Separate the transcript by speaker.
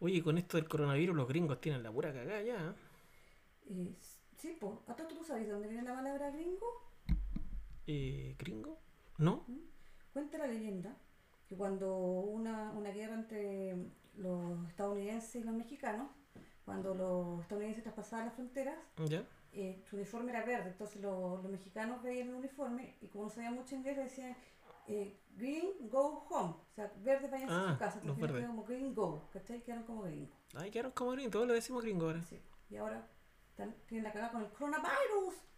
Speaker 1: Oye, con esto del coronavirus los gringos tienen la pura cagada ya. ¿eh?
Speaker 2: Eh, sí, pues, ¿a todo tú sabes dónde viene la palabra gringo?
Speaker 1: Eh, ¿Gringo? ¿No?
Speaker 2: Cuenta la leyenda que cuando hubo una, una guerra entre los estadounidenses y los mexicanos, cuando los estadounidenses traspasaban las fronteras,
Speaker 1: ¿Ya?
Speaker 2: eh, su uniforme era verde, entonces lo- los mexicanos veían el uniforme y como no sabían mucho inglés le decían eh, green go home, o sea, verdes vayan a
Speaker 1: Ah,
Speaker 2: su casa,
Speaker 1: los
Speaker 2: entonces
Speaker 1: verdes.
Speaker 2: quedaron como green go, ¿cachai? Quedaron como gringo.
Speaker 1: Ay, quedaron como gringos, todos le decimos gringo ahora.
Speaker 2: Sí. Y ahora están, tienen la cagada con el coronavirus.